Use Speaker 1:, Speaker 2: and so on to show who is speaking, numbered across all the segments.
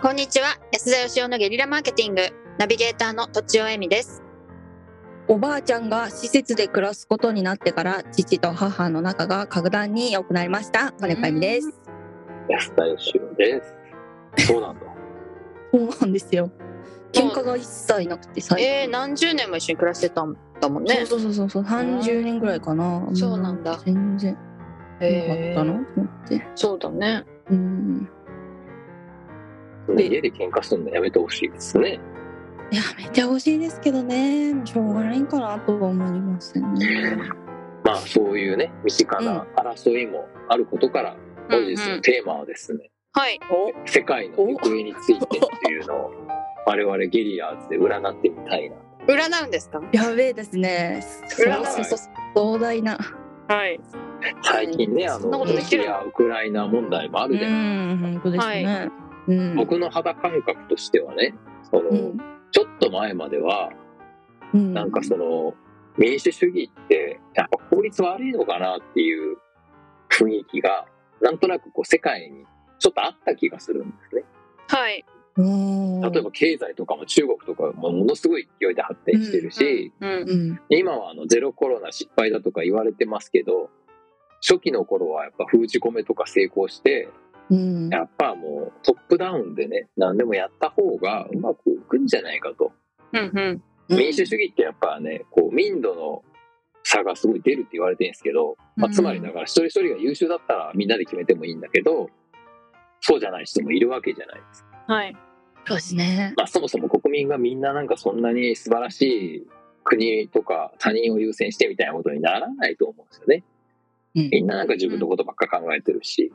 Speaker 1: こんにちは安田義雄のゲリラマーケティングナビゲーターのとちおえみです
Speaker 2: おばあちゃんが施設で暮らすことになってから父と母の仲が格段に良くなりました金子由美です
Speaker 3: 安田義雄です。そうなんだ。
Speaker 2: そうなんですよ
Speaker 1: そう
Speaker 2: 喧嘩が一切なくて最近
Speaker 1: えー、何十年も一緒に暮らしてたんだもんね
Speaker 2: そうそうそうそう30年ぐらいかな
Speaker 1: そうなんだ
Speaker 2: 全然良かったなと思って
Speaker 1: そうだね
Speaker 2: うん
Speaker 3: で家で喧嘩するのやめてほしいですね。
Speaker 2: やめてほしいですけどねしょうがないかなとは思いますね
Speaker 3: まあそういうね身近な争いもあることから、本日
Speaker 1: うんう
Speaker 3: の
Speaker 1: ん
Speaker 3: テーマはですね、
Speaker 1: はい
Speaker 3: 世界の行方についてっていうのを我々ゲリラーズで占ってみたいな。
Speaker 1: 占うんですか
Speaker 2: やべえですね
Speaker 1: 裏
Speaker 3: だ
Speaker 2: そうそうそう壮大な
Speaker 1: はい
Speaker 3: 最近ねあ
Speaker 2: そんな
Speaker 3: の
Speaker 2: ことで
Speaker 1: き
Speaker 3: シ
Speaker 1: る
Speaker 3: アウクライナ問題もあ
Speaker 2: う
Speaker 3: るじゃない
Speaker 2: ん本当ですね、
Speaker 1: は
Speaker 2: うん
Speaker 3: 僕の肌感覚としてはねその、
Speaker 2: うん
Speaker 3: ちょっと前までは
Speaker 2: うん
Speaker 3: なんかその民主主義ってやっぱ効率悪いのかなっていう雰囲気がなんとなくこう世界にちょっとあった気がするんですね。
Speaker 1: はい
Speaker 2: うん
Speaker 3: 例えば経済とかも中国とかもものすごい勢いで発展してるし、
Speaker 1: うん
Speaker 2: うん
Speaker 3: 今はあのゼロコロナ失敗だとか言われてますけど初期の頃はやっぱ封じ込めとか成功して
Speaker 2: うん
Speaker 3: やっぱもうトップダウンでね何でもやった方がうまくいくんじゃないかと
Speaker 1: うんうん
Speaker 3: 民主主義ってやっぱねこう民度の差がすごい出るって言われてるんですけど、まあ、つまりだから一人一人が優秀だったらみんなで決めてもいいんだけどそうじゃない人もいるわけじゃないですか、
Speaker 1: はい
Speaker 2: そうですね。
Speaker 3: まあ、そもそも国民がみんななんかそんなに素晴らしい国とか他人を優先してみたいなことにならないと思うんですよね
Speaker 2: うん
Speaker 3: みんななんか自分のことばっか考えてるし、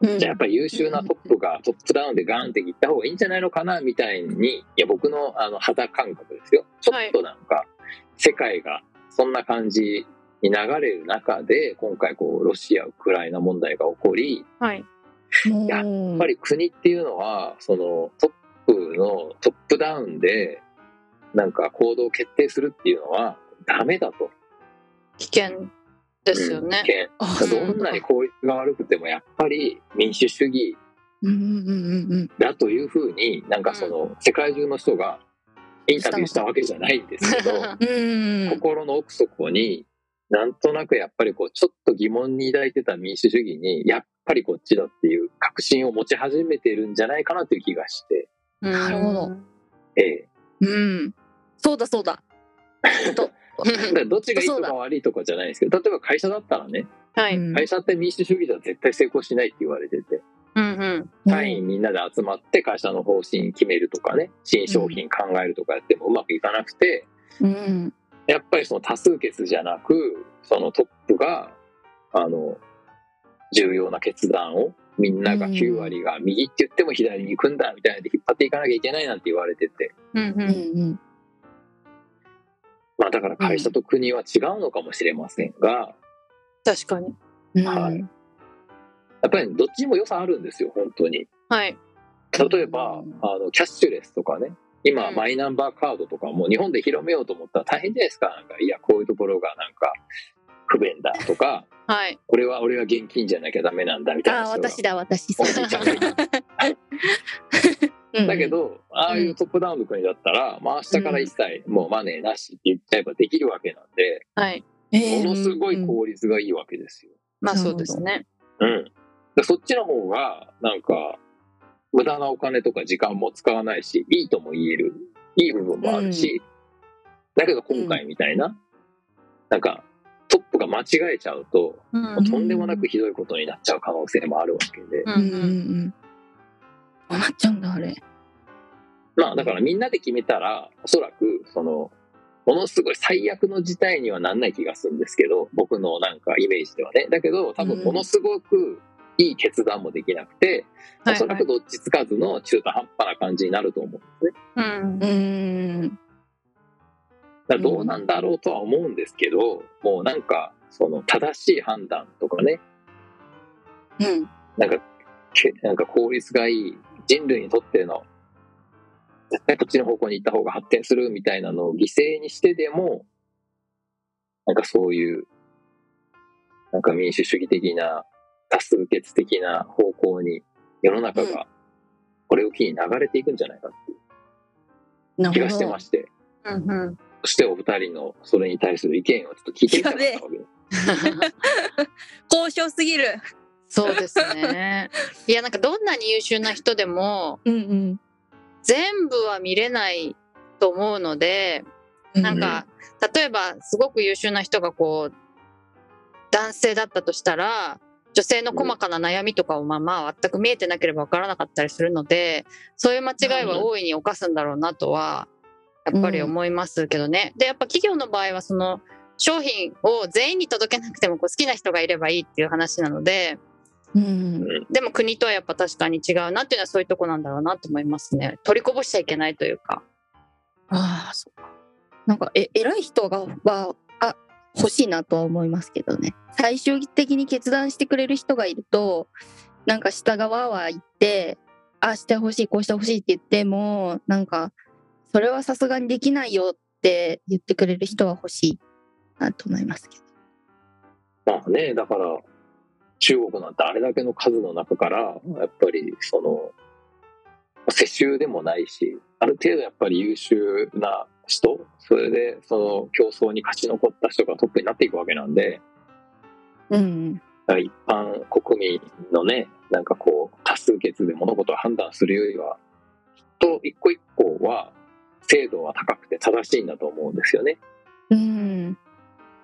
Speaker 3: じゃあやっぱり優秀なトップがトップダウンでガーンっていった方がいいんじゃないのかなみたいにいや僕のあの肌感覚ですよちょっとなんか世界がそんな感じに流れる中で今回こうロシア・ウクライナ問題が起こりや
Speaker 1: はい
Speaker 2: もう
Speaker 3: やっぱり国っていうのはそのトップのトップダウンでなんか行動を決定するっていうのはダメだと。
Speaker 1: 危険ですよね
Speaker 3: うん、危険
Speaker 2: あ
Speaker 1: そう
Speaker 3: どんなに効率が悪くてもやっぱり民主主義
Speaker 2: うんうんうんうん。
Speaker 3: だというふうになんかその世界中の人がインタビューしたわけじゃないん ですけど
Speaker 2: うん
Speaker 3: 心の奥底になんとなくやっぱりこうちょっと疑問に抱いてた民主主義にやっぱりこっちだっていう確信を持ち始めてるんじゃないかなという気がして、
Speaker 2: なるほど
Speaker 3: え
Speaker 2: うん。そうだそうだ。
Speaker 3: え、だからどっちがいいとか悪いとかじゃないですけど例えば会社だったらね
Speaker 1: はいう
Speaker 2: うんん
Speaker 3: 会社って民主主義では絶対成功しないって言われてて
Speaker 1: うん
Speaker 3: 社員みんなで集まって会社の方針決めるとかね新商品考えるとかやってもうまくいかなくて。
Speaker 2: うん。
Speaker 3: やっぱりその多数決じゃなく、そのトップが、あの、重要な決断を、みんなが
Speaker 2: うん
Speaker 3: 9割が右って言っても左に行くんだみたいなんで引っ張っていかなきゃいけないなんて言われてて、
Speaker 1: うんう
Speaker 2: うんん
Speaker 3: まあだから会社と国は違うのかもしれませんが、
Speaker 1: 確かに
Speaker 2: うん。
Speaker 3: はいやっぱりどっちにも良さあるんですよ、本当に。
Speaker 1: はい
Speaker 3: 例えば
Speaker 2: うん、
Speaker 3: あの、キャッシュレスとかね、今、
Speaker 1: うん
Speaker 3: マイナンバーカードとかも日本で広めようと思ったら大変じゃないですか、なんか、いや、こういうところがなんか、不便だとか、
Speaker 1: はい
Speaker 3: これは俺は現金じゃなきゃダメなんだみたいな
Speaker 2: あー
Speaker 3: 人
Speaker 2: 私だ
Speaker 3: が。
Speaker 2: 私そう
Speaker 3: おじいちゃんがいただけ。ど、ああいうトップダウンの国だったら、まあ明日から一切もうマネーなしって言っちゃえばできるわけなんで、
Speaker 1: はい
Speaker 2: も
Speaker 3: ものすごい効率がいいわけですよ。
Speaker 1: まあそうですね
Speaker 3: うん。でそっちの方が、なんか、無駄なお金とか時間も使わないし、いいとも言える、いい部分もあるし、だけど今回みたいな、なんか、トップが間違えちゃうと、
Speaker 1: うん
Speaker 3: もうとんでもなくひどいことになっちゃう可能性もあるわけで、
Speaker 1: う
Speaker 2: う
Speaker 1: んう
Speaker 2: んう
Speaker 1: んん
Speaker 2: うん。あなっちゃうんだあれ。
Speaker 3: まあだからみんなで決めたら、おそらく、その、ものすごい最悪の事態にはなんない気がするんですけど、僕のなんかイメージではね。だけど、多分ものすごくいい決断もできなくて、
Speaker 1: は
Speaker 3: お
Speaker 1: い
Speaker 3: そらくどっちつかずの中途半端な感じになると思うんですね。
Speaker 1: うん
Speaker 2: うん。
Speaker 3: だからどうなんだろうとは思うんですけど、もうなんか、その正しい判断とかね、
Speaker 2: うん。
Speaker 3: なんか、けなんか効率がいい、人類にとっての、絶対こっちの方向に行った方が発展するみたいなのを犠牲にしてでも、なんかそういう、なんか民主主義的な、多数決的な方向に世の中がこれを機に流れていくんじゃないかっていう
Speaker 2: な
Speaker 3: 気
Speaker 2: る
Speaker 3: が
Speaker 2: ほ
Speaker 3: してま
Speaker 2: ど。
Speaker 3: して、
Speaker 1: うんうん。
Speaker 3: そしてお二人のそれに対する意見をちょっと聞いてみたかったわけです。
Speaker 2: 交渉すぎる。
Speaker 1: そうですね。いや、なんかどんなに優秀な人でも、
Speaker 2: うん
Speaker 1: 全部は見れないと思うので、
Speaker 2: うん。
Speaker 1: なんか、例えばすごく優秀な人がこう、男性だったとしたら、女性の細かな悩みとかをまあまあ全く見えてなければわからなかったりするので、そういう間違いは大いに犯すんだろうなとは、やっぱり思いますけどね。で、やっぱ企業の場合はその、商品を全員に届けなくてもこう好きな人がいればいいっていう話なので、
Speaker 2: うん。
Speaker 1: でも国とはやっぱ確かに違うなっていうのはそういうとこなんだろうなと思いますね。取りこぼしちゃいけないというか。
Speaker 2: ああ、そっか。なんか、え、偉い人が、は、あ、欲しいなとは思いますけどね。最終的に決断してくれる人がいると、なんか下側は言って、あ、してほしい、こうしてほしいって言っても、なんか、それはさすがにできないよって言ってくれる人は欲しいなと思いますけど。
Speaker 3: まあね、だから、中国なんてあれだけの数の中から、やっぱりその、世襲でもないし、ある程度やっぱり優秀な人、それでその競争に勝ち残った人がトップになっていくわけなんで、
Speaker 2: うん。
Speaker 3: 一般国民のね、なんかこう、多数決で物事を判断するよりは、きっと一個一個は精度は高くて正しいんだと思うんですよね。
Speaker 2: うん。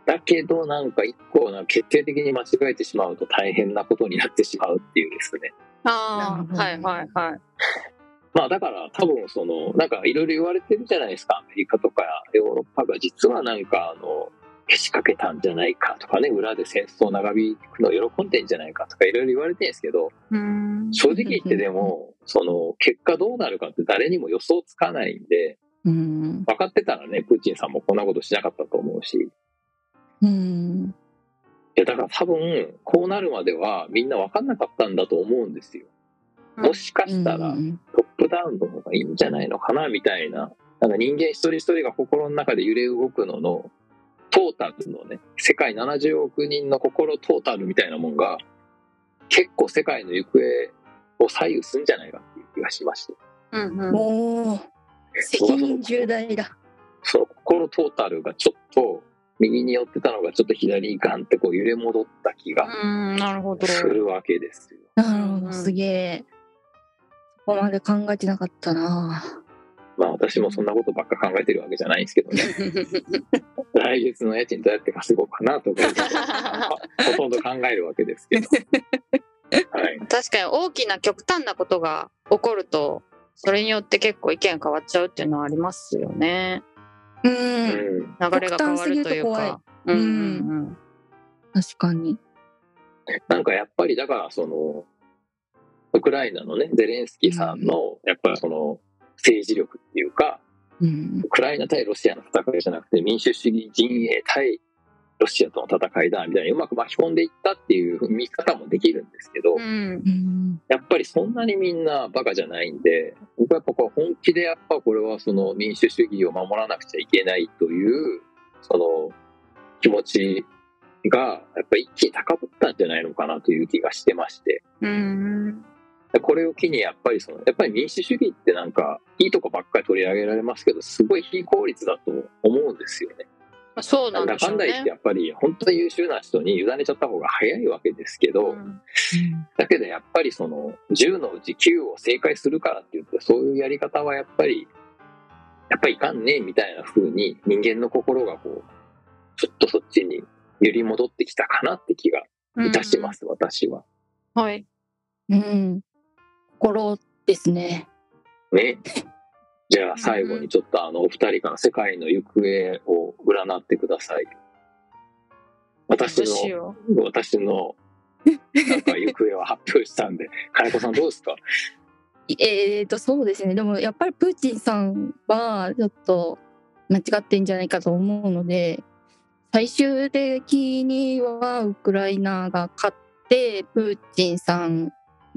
Speaker 3: だけどなんか一個なんか決定的に間違えてしまうと大変なことになってしまうっていうですね。
Speaker 2: な
Speaker 1: あ
Speaker 2: るほ
Speaker 1: あ、
Speaker 2: ど
Speaker 1: はいはいはい。
Speaker 3: まあだから多分そのなんかいろいろ言われてるじゃないですかアメリカとかヨーロッパが実はなんかあのけしかけたんじゃないかとかね裏で戦争長引くの喜んでんじゃないかとかいろいろ言われてるんですけど
Speaker 1: うん
Speaker 3: 正直言ってでもその結果どうなるかって誰にも予想つかないんで
Speaker 2: うん。
Speaker 3: 分かってたらねプーチンさんもこんなことしなかったと思うし
Speaker 2: うん。
Speaker 3: いやだから多分こうなるまではみんな分かんなかったんだと思うんですよ。もしかしたら
Speaker 2: うん
Speaker 3: トップダウンの方がいいんじゃないのかなみたいななんか人間一人一人が心の中で揺れ動くののトータルのね世界70億人の心トータルみたいなもんが結構世界の行方を左右するんじゃないかっていう気がしまして
Speaker 1: うんうん
Speaker 2: おー責任重大だ。
Speaker 3: その心トータルがちょっと右に寄ってたのがちょっと左にガンってこう揺れ戻った気が
Speaker 1: うん、なるほ ど。
Speaker 3: するわけですよ。
Speaker 2: なるほ
Speaker 1: う
Speaker 2: ど、
Speaker 1: ん
Speaker 2: すげえ。そこまで考えてなかったな。
Speaker 3: まあ私もそんなことばっか考えてるわけじゃないんですけどね。来月の家賃どうやって稼ごうかなとかほとんど考えるわけですけど、はい、
Speaker 1: 確かに大きな極端なことが起こると、それによって結構意見変わっちゃうっていうのはありますよね。
Speaker 2: う、
Speaker 3: うんん、
Speaker 1: 流れが変わるというか。うん
Speaker 2: すぎると怖い
Speaker 1: うん
Speaker 2: 確かに。
Speaker 3: なんかやっぱりだからそのウクライナのねゼレンスキーさんのやっぱりその政治力っていうか
Speaker 2: うん
Speaker 3: ウ、クライナ対ロシアの戦いじゃなくて民主主義陣営対ロシアとの戦いだみたいにうまく巻き込んでいったっていう見方もできるんですけど、
Speaker 1: うん。うん
Speaker 2: うん、
Speaker 3: やっぱりそんなにみんなバカじゃないんで、僕はやっぱこれ本気でやっぱこれはその民主主義を守らなくちゃいけないという、その気持ちがやっぱ一気に高ぶったんじゃないのかなという気がしてまして、
Speaker 1: うん
Speaker 3: これを機にやっぱりその、やっぱり民主主義ってなんかいいとこばっかり取り上げられますけど、すごい非効率だと思うんですよね。
Speaker 1: まあそうな
Speaker 3: なんんだ
Speaker 1: でし
Speaker 3: か
Speaker 1: ょうん
Speaker 3: だ言っ
Speaker 1: ね
Speaker 3: て。やっぱり本当に優秀な人に委ねちゃった方が早いわけですけ
Speaker 1: う
Speaker 3: ど、
Speaker 1: ん
Speaker 3: だけどやっぱりその10のうち9を正解するからって言ってそういうやり方はやっぱりやっぱりいかんねみたいな風に人間の心がこうちょっとそっちに揺り戻ってきたかなって気がいたします、私は。
Speaker 1: はい。
Speaker 2: うん、心ですね。
Speaker 3: ね。じゃあ最後にちょっとあのお二人から世界の行方を占ってください。私
Speaker 1: どうし
Speaker 3: の
Speaker 1: よう。
Speaker 3: 私のなんか行方を発表したんで金子さんどうですか
Speaker 2: えー、とそうですねでもやっぱりプーチンさんはちょっと間違ってんじゃないかと思うので最終的にはウクライナが勝ってプーチンさん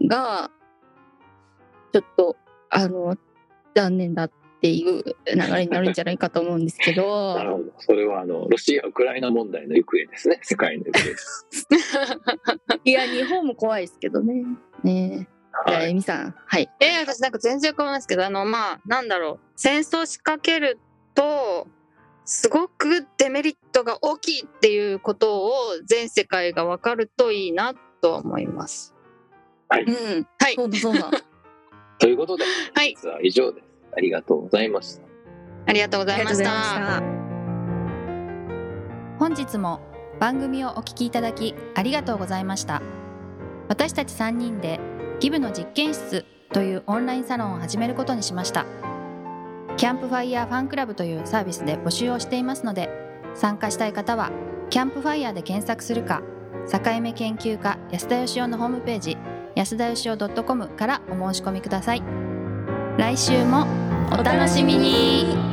Speaker 2: がちょっとあの残念だっていう流れになるんじゃないかと思うんですけ
Speaker 3: なる
Speaker 2: ど
Speaker 3: ほど。それはあのロシア・ウクライナ問題の行方ですね。世界の行方です。
Speaker 2: いや日本も怖いですけどねねじゃあ、えみさん。はい。
Speaker 1: えー、私なんか全然浮かばないですけど、あの、まあ、なんだろう。戦争仕掛けると、すごくデメリットが大きいっていうことを全世界が分かるといいなとは思います。
Speaker 2: うん。
Speaker 1: はい。
Speaker 2: そうだ、そうだ。
Speaker 3: ということで、
Speaker 1: はい。
Speaker 3: 実は以上です。ありがとうございました。
Speaker 1: ありがとうございまし。
Speaker 2: ありがとうございましたた
Speaker 4: 本日も番組をお聞きいただきありがとうございました私たち3人でギブの実験室というオンラインサロンを始めることにしましたキャンプファイヤーファンクラブというサービスで募集をしていますので参加したい方はキャンプファイヤーで検索するか境目研究家安田義雄のホームページ安田義雄 .com からお申し込みください来週もお楽しみに